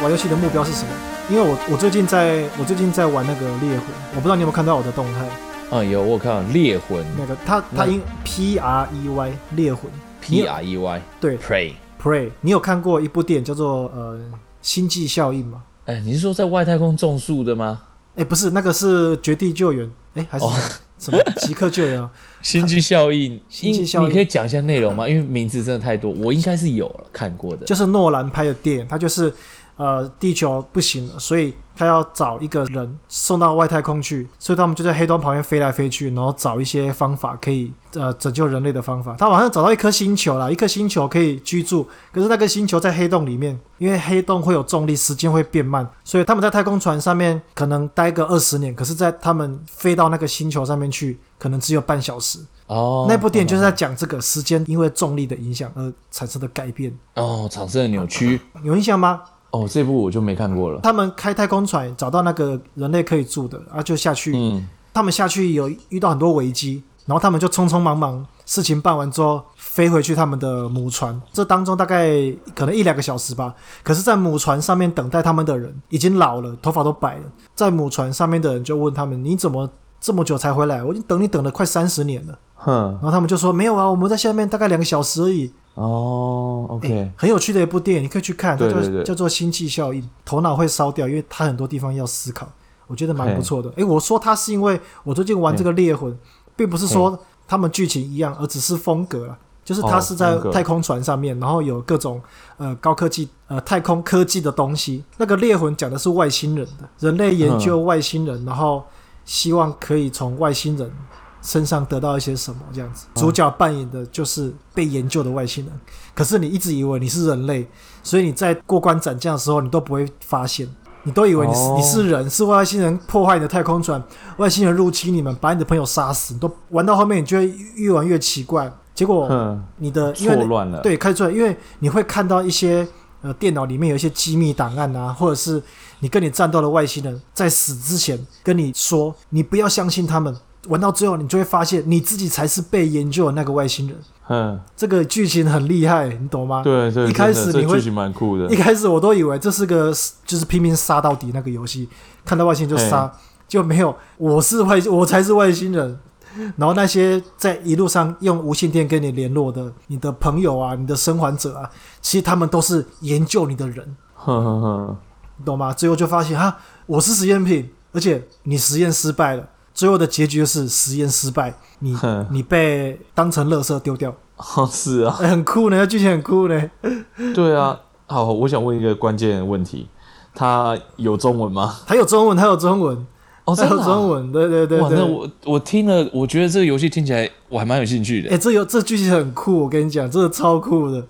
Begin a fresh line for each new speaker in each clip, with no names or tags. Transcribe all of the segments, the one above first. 玩游戏的目标是什么？因为我我最近在我最近在玩那个猎魂，我不知道你有没有看到我的动态，
嗯，有我看到猎魂
那个它它英 P R E Y 猎魂
P R E Y
对
Prey。
Prey，你有看过一部电影叫做呃《星际效应》吗？
哎，你是说在外太空种树的吗？
哎，不是，那个是《绝地救援》，哎，还是
哦
什么《即刻救援》啊？
星际效应，
星际
应
效应
你可以讲一下内容吗？因为名字真的太多，我应该是有了看过的。
就是诺兰拍的电影，他就是呃地球不行了，所以他要找一个人送到外太空去，所以他们就在黑洞旁边飞来飞去，然后找一些方法可以呃拯救人类的方法。他好像找到一颗星球啦，一颗星球可以居住，可是那个星球在黑洞里面，因为黑洞会有重力，时间会变慢，所以他们在太空船上面可能待个二十年，可是在他们飞到那个星球上面去，可能只有半小时。
哦，
那部电影就是是在讲这个时间因为重力的影响而产生的改变，
哦，产生了扭曲。
有印象吗？
哦，这部我就没看过了。
他们开太空船找到那个人类可以住的，啊，就下去。
嗯，
他们下去有遇到很多危机，然后他们就匆匆忙忙，事情办完之后飞回去他们的母船。这当中大概可能一两个小时吧。可是，在母船上面等待他们的人已经老了，头发都白了。在母船上面的人就问他们：“你怎么这么久才回来？我已经等你等了快三十年了。”
哼，
然后他们就说：“没有啊，我们在下面大概两个小时而已。”
哦，OK，
很有趣的一部电影，你可以去看，它
对
叫
对对
叫做《星际效应》，头脑会烧掉，因为它很多地方要思考，我觉得蛮不错的。诶，我说它是因为我最近玩这个猎魂，并不是说他们剧情一样，而只是风格啦。就是它
哦
是在
风格
太空船上面，然后有各种呃高科技呃太空科技的东西。那个猎魂讲的是外星人的，人类研究外星人，然后希望可以从外星人身上得到一些什么这样子。主角扮演的就是被研究的外星人，可是你一直以为你是人类，所以你在过关斩将的时候，你都不会发现，你都以为你是、
哦
你是人，是外星人破坏你的太空船，外星人入侵你们，把你的朋友杀死，你都玩到后面，你就会越玩越奇怪。结果
哼，
你的因
错
为
乱了。，
对，开始出来，因为你会看到一些呃电脑里面有一些机密档案啊，或者是你跟你战斗的外星人在死之前跟你说，你不要相信他们。玩到最后，你就会发现你自己才是被研究的那个外星人。
哼，
这个剧情很厉害，你懂吗？
对对，
一开始
真的
你会
这剧情蛮酷的
一。开始我都以为这是个就是拼命杀到底那个游戏，看到外星人就杀，就没有我是外 我才是外星人。然后那些在一路上用无线电跟你联络的你的朋友啊，你的生还者啊，其实他们都是研究你的人，
哼哼哼，
你懂吗？最后就发现哈，我是实验品，而且你实验失败了。最后的结局就是实验失败，你
哼
你被当成垃圾丢掉，
哦，是啊，
哎很酷呢，剧情很酷呢。
对啊。好，我想问一个关键问题，它有中文吗？
还有中文，还有中文，
哦，
还
真
有
的啊
中文，对对对
哇，
对。
那我我听了，我觉得这个游戏听起来我还蛮有兴趣
哎、
的。
这有这剧情很酷，我跟你讲，真的超酷的。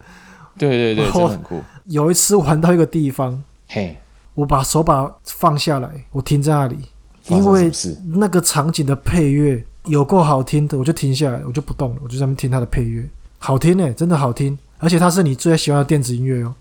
对对对，
我
真的很酷。
有一次玩到一个地方，
嘿，
我把手把放下来，我停在那里，
发生
因为
什么事
那个场景的配乐有够好听的，我就停下来，我就不动了，我就在那边听它的配乐，好听哎、真的好听，而且它是你最喜欢的电子音乐哦。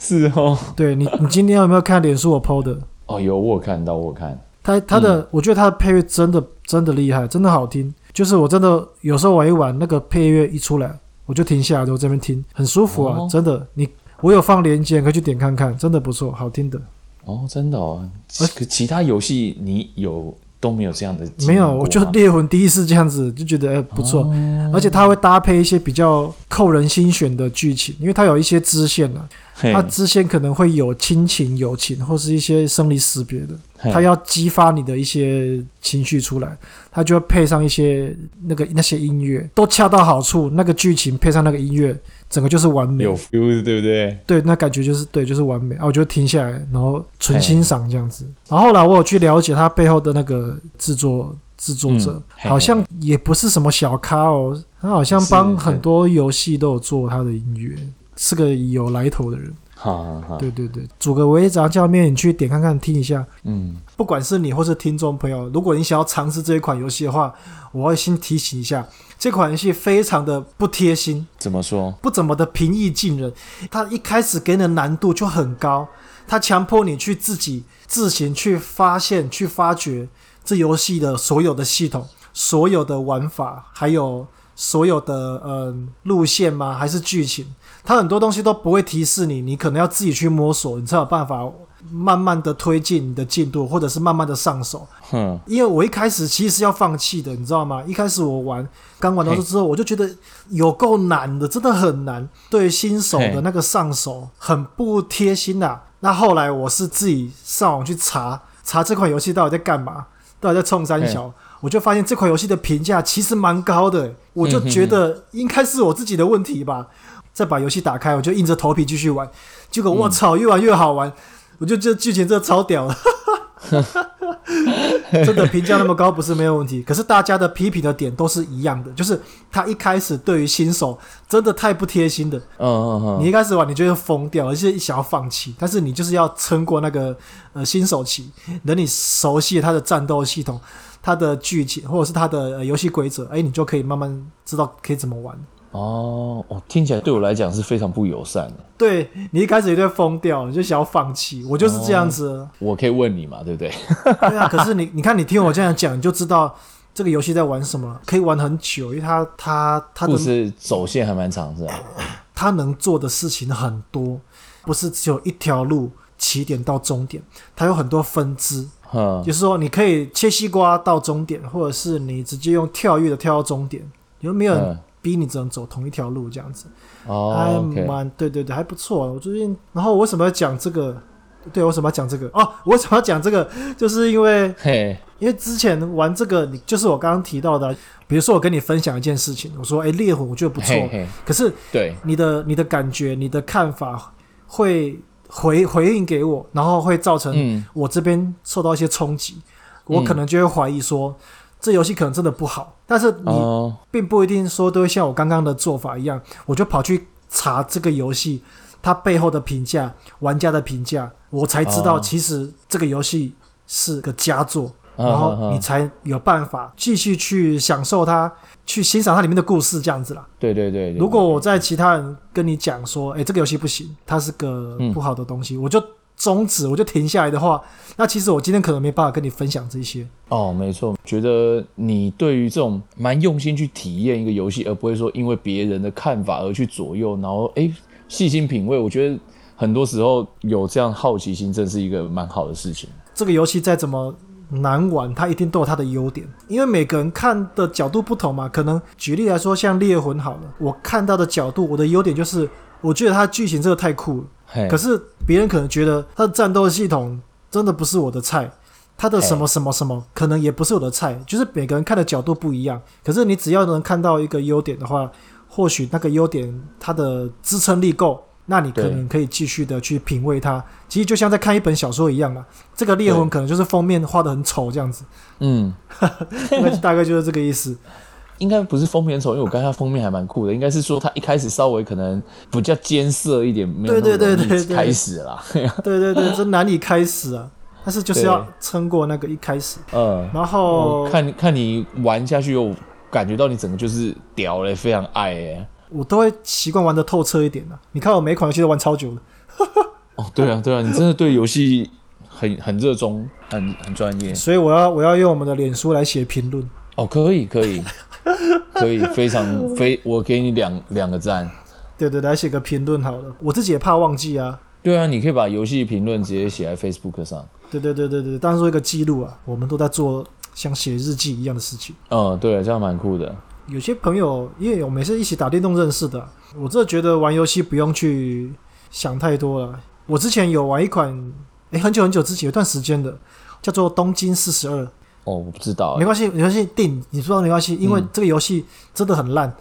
是哦，
对你，你今天有没有看脸书我 PO 的？
哦，有我有看到，我有看，
它它的，
嗯
我觉得它的配乐真的真的厉害，真的好听。就是我真的有时候玩一玩，那个配乐一出来，我就停下来，我这边听，很舒服啊，
哦
真的。你我有放链接，可以去点看看，真的不错，好听的。
哦，真的哦。可其他游戏你有都没有这样的哦经历
没有，
过吗
我就猎魂第一次这样子，就觉得哎、不错，而且它会搭配一些比较扣人心弦的剧情，因为它有一些支线啊，
嘿
它支线可能会有亲情、友情，或是一些生离死别的。
嘿
它要激发你的一些情绪出来，它就会配上一些那个那些音乐，都恰到好处。那个剧情配上那个音乐，整个就是完美。
有 feel 的，对不对？
对，那感觉就是对，就是完美啊！我就停下来，然后纯欣赏这样子。
嗯
然后后来我有去了解它背后的那个制作制作者，
嗯嘿
好像也不是什么小咖哦，他好像
是
帮
是
很多游戏都有做他的音乐，是个有来头的人。
好好好，
对对对，煮个围炸酱面，你去点看看听一下。
嗯，
不管是你或是听众朋友，如果你想要尝试这一款游戏的话，我要先提醒一下，这款游戏非常的不贴心，
怎么说？
不怎么的平易近人。它一开始给你的难度就很高，它强迫你去自己自行去发现、去发掘这游戏的所有的系统、所有的玩法，还有所有的嗯、呃、路线吗？还是剧情？它很多东西都不会提示你，你可能要自己去摸索，你才有办法慢慢的推进你的进度，或者是慢慢的上手。
哼，
因为我一开始其实是要放弃的，你知道吗？一开始我玩刚玩到这之后，我就觉得有够难的，真的很难。对于新手
嘿
的那个上手很不贴心啊。那后来我是自己上网去查查这款游戏到底在干嘛，到底在冲三小，我就发现这款游戏的评价其实蛮高的，我就觉得应该是我自己的问题吧。再把游戏打开，我就硬着头皮继续玩，结果我操，越玩越好玩，我就觉得剧情真的超屌了。 真的评价那么高不是没有问题，可是大家的批评的点都是一样的，就是他一开始对于新手真的太不贴心了。
嗯嗯嗯，
你一开始玩你就会疯掉，而且想要放弃，但是你就是要撑过那个呃新手期，等你熟悉它的战斗系统、它的剧情或者是它的、呃游戏规则，哎、你就可以慢慢知道可以怎么玩。
哦哦，听起来对我来讲是非常不友善的。
对你一开始一定会疯掉，你就想要放弃，我就是这样子。
我可以问你嘛，对不对？
对啊，可是你你看，你听我这样讲，你就知道这个游戏在玩什么了，可以玩很久，因为它它它
故
的
事走线还蛮长，是吧？
它能做的事情很多，不是只有一条路，起点到终点，它有很多分支。
哼，
就是说，你可以切西瓜到终点，或者是你直接用跳跃的跳到终点，有没有人
嗯
逼你只能走同一条路这样子？还
哦，OK，
蛮对对对，还不错。我最近，然后我为什么要讲这个？对，我为什么要讲这个？哦，我为什么要讲这个？就是因为
嘿，
因为之前玩这个，你就是我刚刚提到的啊，比如说我跟你分享一件事情，我说哎，烈火我觉得不错，
嘿嘿
可是
对，
你的你的感觉、你的看法会回回应给我，然后会造成
嗯，
我这边受到一些冲击，我
嗯
可能就会怀疑说。这游戏可能真的不好，但是你
哦，
并不一定说都会像我刚刚的做法一样，我就跑去查这个游戏它背后的评价、玩家的评价，我才知道
哦
其实这个游戏是个佳作，
嗯
然后
嗯
你
嗯
才有办法继续去享受它，去欣赏它里面的故事这样子啦。
对对对，对
如果我在其他人跟你讲说，哎、这个游戏不行，它是个
嗯
不好的东西，我就终止，我就停下来的话，那其实我今天可能没办法跟你分享这些。
哦，没错，觉得你对于这种蛮用心去体验一个游戏，而不会说因为别人的看法而去左右，然后哎，细心品味，我觉得很多时候有这样好奇心，真是一个蛮好的事情。
这个游戏再怎么难玩，它一定都有它的优点，因为每个人看的角度不同嘛。可能举例来说，像《猎魂》好了，我看到的角度，我的优点就是我觉得它的剧情真的太酷了，
嘿，
可是别人可能觉得它的战斗系统真的不是我的菜。它的什
哎
么什么什么，可能也不是我的菜，就是每个人看的角度不一样。可是你只要能看到一个优点的话，或许那个优点它的支撑力够，那你可
对
能可以继续的去品味它。其实就像在看一本小说一样嘛，啊这个猎魂
对
可能就是封面画的很丑这样子，
嗯，
大概 大概就是这个意思。
应该不是封面丑，因为我刚才封面还蛮酷的，应该是说它一开始稍微可能比较艰涩一点，没有
对
那
对对
么容易
对对
开始啦。
对对对，这难以开始啊，但是就是
对
要撑过那个一开始。
嗯，
然
我
后
看看你玩下去，我感觉到你整个就是屌嘞，非常爱哎。
我都会习惯玩的透彻一点的、你看我每一款游戏都玩超久了，
哦，对啊，对啊，你真的对游戏很很热衷，很很专业。
所以我要我要用我们的脸书来写评论。
哦，可以，可以，可以，非常非，我给你两两个赞。
对对，来写个评论好了。我自己也怕忘记啊。
对啊，你可以把游戏评论直接写在 Facebook 上。
对对对对对，当做一个记录啊，我们都在做像写日记一样的事情。
嗯，对，这样蛮酷的。
有些朋友，因为我们也是一起打电动认识的啊，我真的觉得玩游戏不用去想太多了。我之前有玩一款，诶，很久很久之前有一段时间的，叫做《东京四十二》，
哦，我不知道
没
欸。
关系，没关系，定你知道没关系，因为这个游戏真的很烂，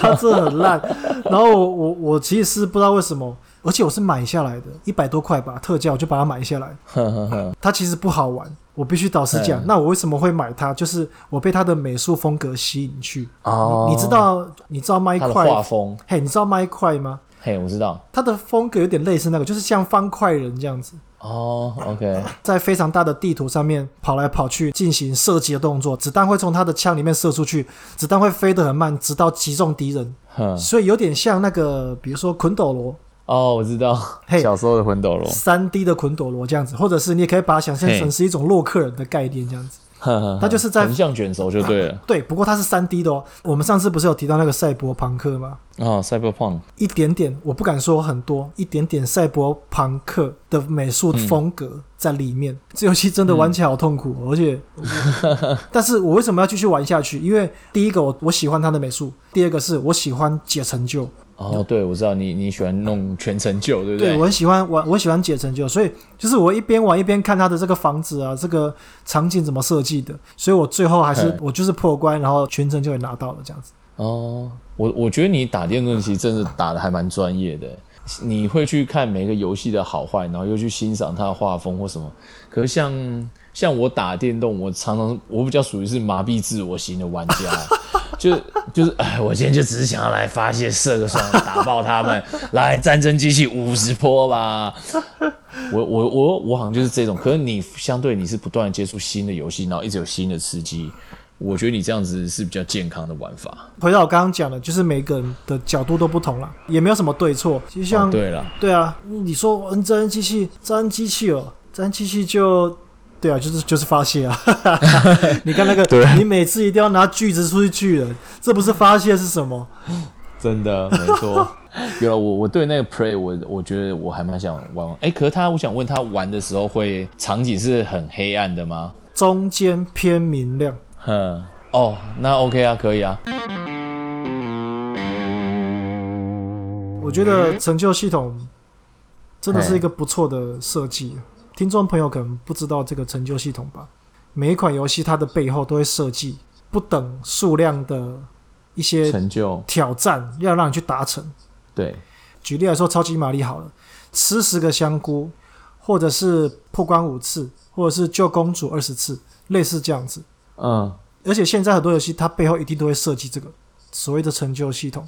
它真的很烂。然后我我我其实是不知道为什么，而且我是买下来的，一百多块吧，特价我就把它买下来。
哼哼 哼，
它其实不好玩，我必须老实讲。
嗯
那我为什么会买它？就是我被它的美术风格吸引去。
哦，
你知道你知道麦
它的画
块？
风？
嘿，你知道麦块吗？
嘿，我知道。
它的风格有点类似那个，就是像方块人这样子，
哦，OK，
在非常大的地图上面跑来跑去进行射击的动作，子弹会从他的枪里面射出去，子弹会飞得很慢，直到击中敌人，
哼，
所以有点像那个，比如说魂斗罗，
啊哦，我知道
嘿，
小时候 的魂斗罗。
三 D 的魂斗罗这样子，或者是你也可以把它想象
嘿
成是一种洛克人的概念这样子。它就是在
横向卷轴就对了
对，不过它是三 D 的哦。我们上次不是有提到那个赛博朋克吗？
啊。Cyberpunk
一点点，我不敢说很多，一点点赛博朋克的美术风格在里面。这游戏真的玩起来好痛苦，
嗯
而 且，但是我为什么要继续玩下去？因为第一个我我喜欢它的美术，第二个是我喜欢解成就，
哦，对，我知道你你喜欢弄全成就，对不
对我很喜欢玩，我喜欢解成就，所以就是我一边玩一边看他的这个房子啊，这个场景怎么设计的，所以我最后还是
嗯
我就是破关，然后全成就也拿到了这样子。
哦，我我觉得你打电动其实真的打的还蛮专业的，你会去看每个游戏的好坏，然后又去欣赏它的画风或什么。可是像像我打电动，我常常我比较属于是麻痹自我型的玩家， 就就是哎，我今天就只是想要来发泄，射个双打爆他们， 来战争机器五十波吧。我我我我好像就是这种，可是你相对你是不断地接触新的游戏，然后一直有新的刺激。我觉得你这样子是比较健康的玩法。
回到我刚刚讲的，就是每个人的角度都不同啦，也没有什么对错。其实像、
哦对了，
对啊，你说玩真人机器，真人机器哦，真人机器就对啊，就是就是发泄啊。 你看那个，
对啊
你每次一定要拿锯子出去锯人，这不是发泄是什么？
真 的没错。有了我，我对那个 Prey，我我觉得我还蛮想玩玩。哎、可是他，我想问他玩的时候会场景是很黑暗的吗？
中间偏明亮。
哼，哦，那 OK 啊，可以啊。
我觉得成就系统真的是一个不错的设计。啊听众朋友可能不知道这个成就系统吧？每一款游戏它的背后都会设计不等数量的一些
成就
挑战，要让你去达成。
对，
举例来说，超级玛丽好了，吃十个香菇，或者是破关五次，或者是救公主二十次，类似这样子。
嗯，
而且现在很多游戏它背后一定都会设计这个所谓的成就系统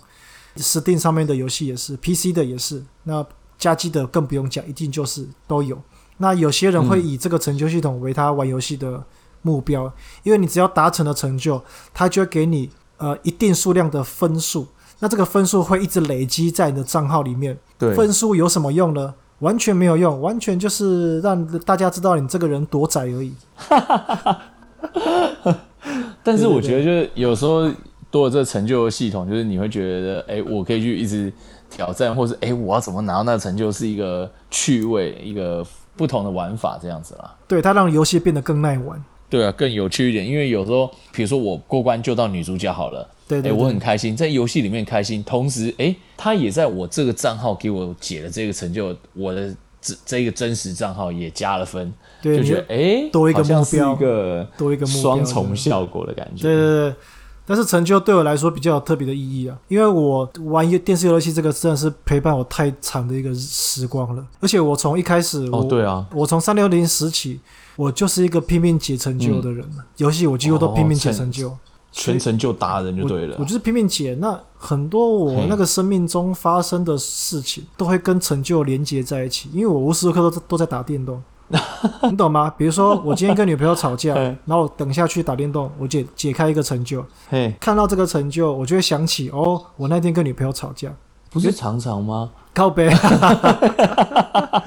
，Steam 上面的游戏也是，PC 的也是，那家机的更不用讲，一定就是都有。那有些人会以这个成就系统为他玩游戏的目标，因为你只要达成了成就，他就会给你呃一定数量的分数，那这个分数会一直累积在你的账号里面，
对，
分数有什么用呢？完全没有用，完全就是让大家知道你这个人多宅而已。
但是
对对
我觉得就是有时候多了这个成就的系统，就是你会觉得，哎、我可以去一直挑战，或是哎、我要怎么拿到那个成就，是一个趣味，一个不同的玩法这样子啦。
对他让游戏变得更耐玩。
对啊，更有趣一点，因为有时候，比如说我过关救到女主角好了，
对对
诶
对
我很开心，在游戏里面开心，同时，哎、她也在我这个账号给我解了这个成就，我的这这个真实账号也加了分，
对
就觉得
你
哎、
多一个
好像
目
是
标
一个
多一个目标
双重效果的感觉，
对对对，但是成就对我来说比较有特别的意义啊，因为我玩游电视游戏这个真的是陪伴我太长的一个时光了，而且我从一开始我、
哦，对啊，
我从三六零时起，我就是一个拼命解成就的人，
嗯
游戏我几乎都
哦
拼命解成就。
全成就达人就对了
我，就是拼命解，那很多我
嘿
那个生命中发生的事情都会跟成就连接在一起，因为我无时无刻都在都在打电 动，你懂吗？比如说我今天跟女朋友吵架，
嘿
然后我等一下去打电动，我解解开一个成就，
嘿，
看到这个成就，我就会想起哦，我那天跟女朋友吵架，
不是常常吗
靠背。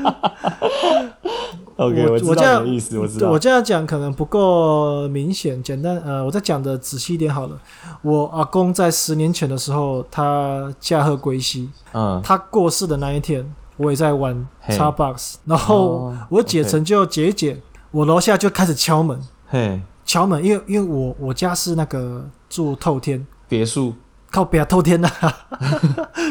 ？OK，
我
我知
我这
道
样
你的意思，我知
对
道
我，这样讲可能不够明显，简单呃，我再讲的仔细一点好了。我阿公在十年前的时候，他驾鹤归西，
嗯，
他过世的那一天，我也在玩
嘿
Xbox，然后
哦
我解
OK
成就解一解，我楼下就开始敲门，
嘿，
敲门，因为因为我我家是那个住透天，
别墅，
靠北啊，透天 呐、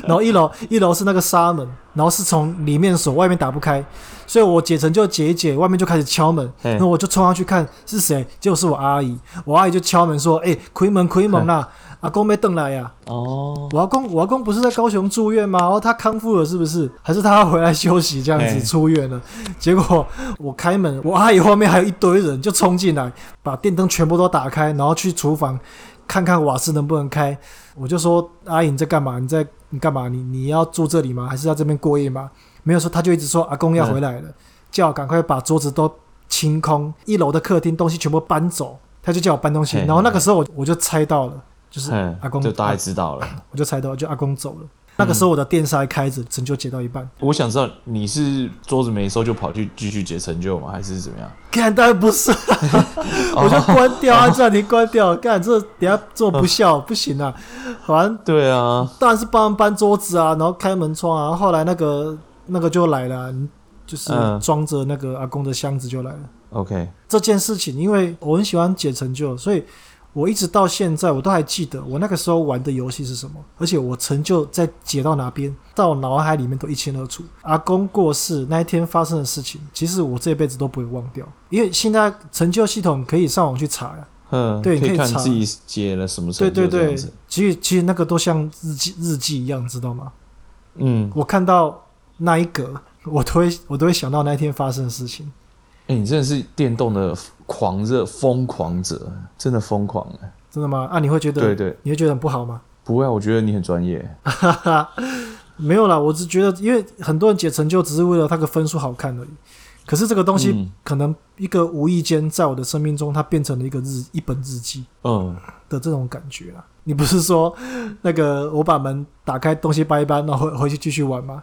然后一楼一楼是那个纱门，然后是从里面锁，外面打不开，所以我解成就解一解，外面就开始敲门，
嘿
那我就冲上去看是谁，结果是我阿姨，我阿姨就敲门说：“哎、开门开门啦，阿公没等来啊呀、
哦，
我阿公我阿公不是在高雄住院吗？然哦后他康复了是不是？还是他回来休息这样
嘿
子出院了？结果我开门，我阿姨后面还有一堆人就冲进来，把电灯全部都打开，然后去厨房看看瓦斯能不能开。我就说阿姨你在干嘛？你在你干嘛？你你要住这里吗？还是在这边过夜吗？没有说，他就一直说阿公要回来了，叫我赶快把桌子都清空，一楼的客厅东西全部搬走。他就叫我搬东西，
嘿
然后那个时候我我就猜到了，就是
嘿
阿公
就大概知道了。
我就猜到，就阿公走了。那个时候我的电视还开着，成就解到一半，
我想知道你是桌子没收就跑去继续解成就吗？还是怎么样？
干当然不是， 我就关掉啊，暂停关掉，干这等下这么不孝不行啊，反正
对啊，
当然是帮人搬桌子啊，然后开门窗啊，后来那个那个就来了，就是
嗯
装着那个阿公的箱子就来了。
OK，
这件事情，因为我很喜欢解成就，所以我一直到现在我都还记得我那个时候玩的游戏是什么，而且我成就在解到哪边，到我脑海里面都一清二楚。阿公过世那一天发生的事情，其实我这辈子都不会忘掉，因为现在成就系统可以上网去查呀、
嗯，
对
可
可以
看
查
自己解了什么成
对对
就这
对
样子。，
其实其实那个都像日记日记一样，知道吗？
嗯，
我看到那一格，我都会我都会想到那一天发生的事情。
哎、你真的是电动的狂热疯狂者，真的疯狂、欸。
真的吗？啊，你会觉得
对对，
你会觉得很不好吗？
不会啊，我觉得你很专业。
哈哈， 没有啦，我只觉得，因为很多人解成就只是为了他个分数好看而已。可是这个东西
嗯
可能一个无意间在我的生命中，它变成了一个日一本日记
嗯，
的这种感觉啦。你不是说那个我把门打开，东西搬一搬，然后回回去继续玩吗？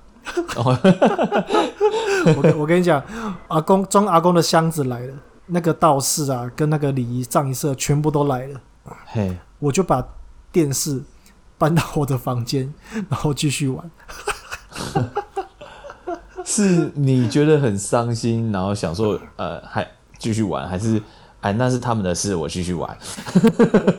我跟我跟你讲，阿公装阿公的箱子来了，那个道士啊，跟那个礼仪葬仪社全部都来了，
嘿，
我就把电视搬到我的房间，然后继续玩。
是你觉得很伤心，然后想说呃还继续玩，还是哎那是他们的事，我继续玩。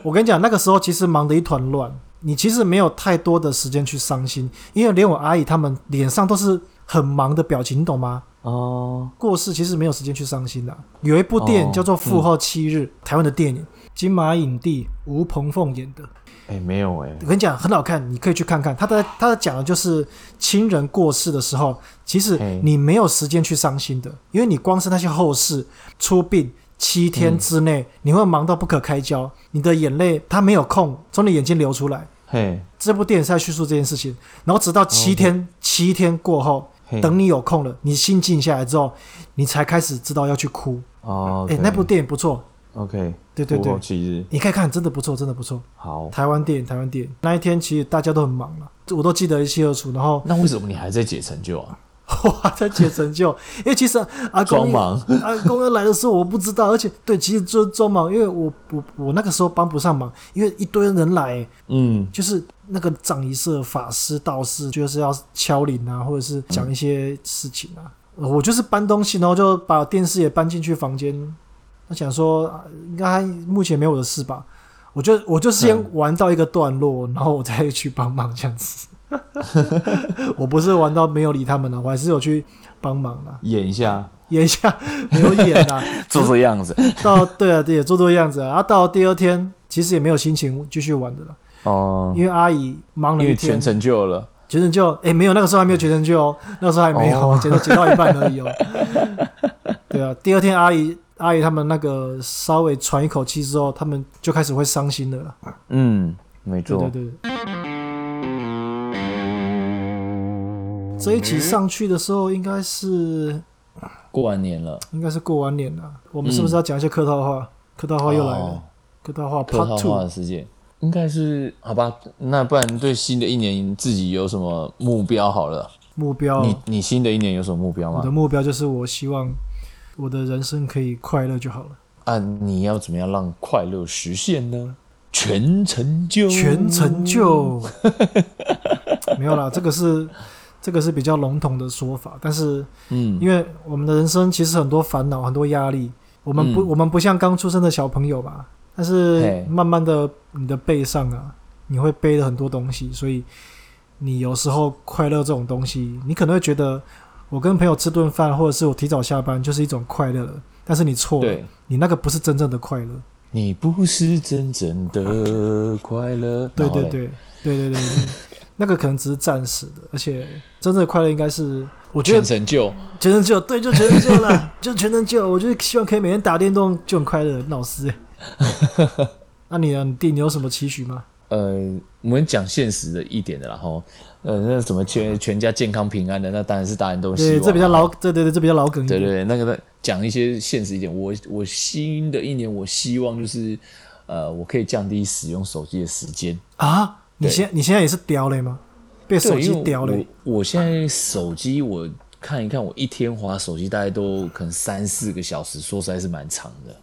我跟你讲，那个时候其实忙得一团乱，你其实没有太多的时间去伤心，因为连我阿姨他们脸上都是很忙的表情，你懂吗？
哦，
过世其实没有时间去伤心的、有一部电
哦
影叫做《父后七日》，台湾的电影，金马影帝吴鹏凤演的。
哎、没有哎、
我跟你讲，很好看，你可以去看看。他的他的讲的就是亲人过世的时候，其实
嘿
你没有时间去伤心的，因为你光是那些后事、出殡七天之内，
嗯
你会忙到不可开交，你的眼泪他没有空从你眼睛流出来。
嘿，
这部电影是在叙述这件事情，然后直到七天，七天过后，
哦嘿，
等你有空了，你心静下来之后，你才开始知道要去哭。
哦
哎、，
OK
那部电影不错，
OK，
对对
不
对
过，其实
你可以看，真的不错，真的不错。
好，
台湾电影，台湾电影。那一天其实大家都很忙了，我都记得一清二楚。然后
那为什么你还在解成就啊？
哇，在解成就，因为其实阿
装
公
忙，
阿公要来的时候我不知道，而且对，其实就是装忙，因为我我我那个时候帮不上忙，因为一堆人来、
嗯，
就是那个葬仪社法师道士，就是要敲铃啊，或者是讲一些事情啊。我就是搬东西，然后就把电视也搬进去房间。他想说，啊应该目前没有我的事吧？我就我就先玩到一个段落，然后我再去帮忙这样子。 我不是玩到没有理他们啊了，我还是有去帮忙啦，
演一下，
演一下没有演啦。
做做样子。
到对啊，对，也做做样子啊。啊，到第二天其实也没有心情继续玩的了，
哦，
因为阿姨忙了
因
一
为
天
全，成就了。
绝症就哎、没有，那个时候还没有绝症就哦，那个时候还没有，
嗯哦
解到解到一半而已哦。 对啊，第二天阿姨阿姨他们那个稍微喘一口气之后，他们就开始会伤心的了啦。
嗯，没
对对
错。
对。这一集上去的时候应该是
过完年了，
应该是过完年了，我们是不是要讲一些客套话？客套话又来
嗯哦
了，客套话
客套
Part
化
Two。
的世界，应该是好吧？那不然对新的一年自己有什么目标好了？
目标，
你你新的一年有什么目标
哦我的
吗？
目标就是我希望我的人生可以快乐就好了。
啊，你要怎么样让快乐实现呢？全成就，
全成就。 没有啦，这个是这个是比较笼统的说法，但是
嗯，
因为我们的人生其实很多烦恼，很多压力，我们不、
嗯
我们不像刚出生的小朋友吧，但
嘿
是慢慢的你的背上啊，你会背了很多东西，所以你有时候快乐这种东西，你可能会觉得我跟朋友吃顿饭，或者是我提早下班，就是一种快乐了。但是你错了，
对，
你那个不是真正的快乐。
你不是真正的快乐。
对
然后
对
嘞
对，对对对对， 那个可能只是暂时的，而且真正的快乐应该是，我觉
全
得
成就。
全身救，对，就全身救了，就全身救。我就是希望可以每天打电动就很快乐，很老 师欸。那你呢？你弟你有什么期许吗？
呃，我们讲现实的一点的啦，然后，呃，那什么全全家健康平安的，那当然是大人都希望
对，
啊。
这比较老，对对对，这比较老梗一
对对
点。
对，那个讲一些现实一点，我我新的一年我希望就是，呃，我可以降低使用手机的时间。
啊，你
对
现你现在也是屌嘞吗？被手
对，
机
因为
叼嘞。
我我现在手机我看一看，我一天滑手机大概都可能三四个小时，说实在是蛮长的，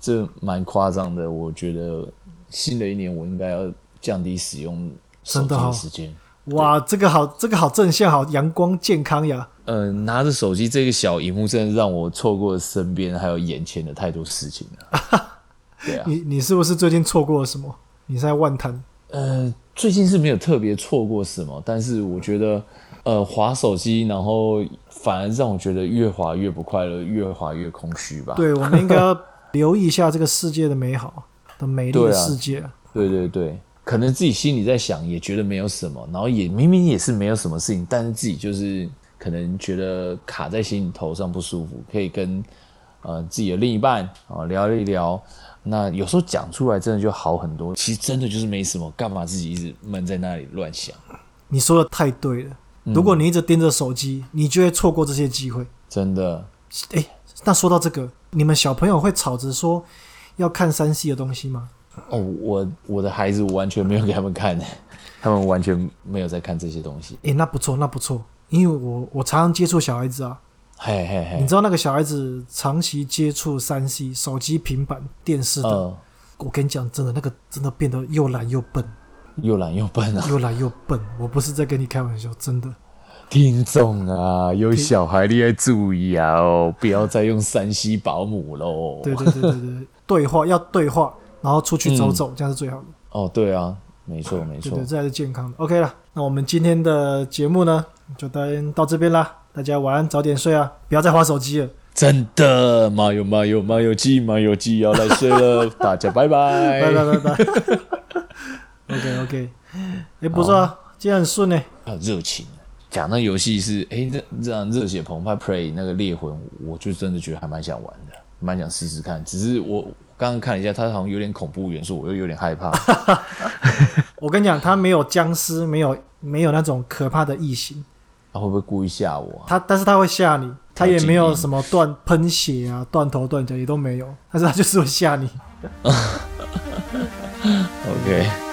这蛮夸张的。我觉得新的一年我应该要降低使用手
真
机
的哦
时间。
哇，这个好，这个好正向，好阳光健康呀。
呃，拿着手机这个小荧幕，真的让我错过了身边还有眼前的太多事情啊了。对啊，
你你是不是最近错过了什么？你在万谈
呃，最近是没有特别错过什么，但是我觉得，呃，滑手机，然后反而让我觉得越滑越不快乐，越滑越空虚 吧。
对，我们应该要留意一下这个世界的美好的美丽
对
的
啊
世界。
对对对，可能自己心里在想，也觉得没有什么，然后也明明也是没有什么事情，但是自己就是可能觉得卡在心里头上不舒服，可以跟呃自己的另一半啊、聊一聊。那有时候讲出来真的就好很多，其实真的就是没什么，干嘛自己一直闷在那里乱想？
你说的太对了。如果你一直盯着手机，你就会错过这些机会。
真的，
诶，那说到这个，你们小朋友会吵着说要看三 C 的东西吗？
哦，我我的孩子我完全没有给他们看， 他们完全没有在看这些东西。
诶，那不错，那不错，因为我我常常接触小孩子啊，
嘿嘿
你
嘿，
知道那个小孩子长期接触三 C、手机、平板、电视
嗯、
等，我跟你讲，真的那个真的变得又懒又笨，
又懒又笨啊，
又懒又笨。我不是在跟你开玩笑，真的。
听众啊，有小孩你要注意啊哦，不要再用山西保姆喽。
对对对对对，对话要对话，然后出去走走，这样是最好的。
哦，对啊，没错没
对
错
对，，这才是健康的。OK 了，那我们今天的节目呢，就先到这边啦。大家晚安，早点睡啊，不要再划手机了。
真的，马友马友马友记马友记要来睡 了，大家拜拜，
拜拜拜拜。OK OK，哎，不错啊，今天很顺呢、
还有热情。讲那游戏是，哎、这这样热血澎湃，Play 那个猎魂，我就真的觉得还蛮想玩的，蛮想试试看。只是我刚刚看了一下，它好像有点恐怖元素，我又有点 害怕。
我跟你讲，它没有僵尸，没有没有那种可怕的异形，
它会不会故意吓我啊、
它但是它会吓你，它也没
它
有
静音
什么断喷血啊、断头断脚也都没有，但是它就是会吓你。
o k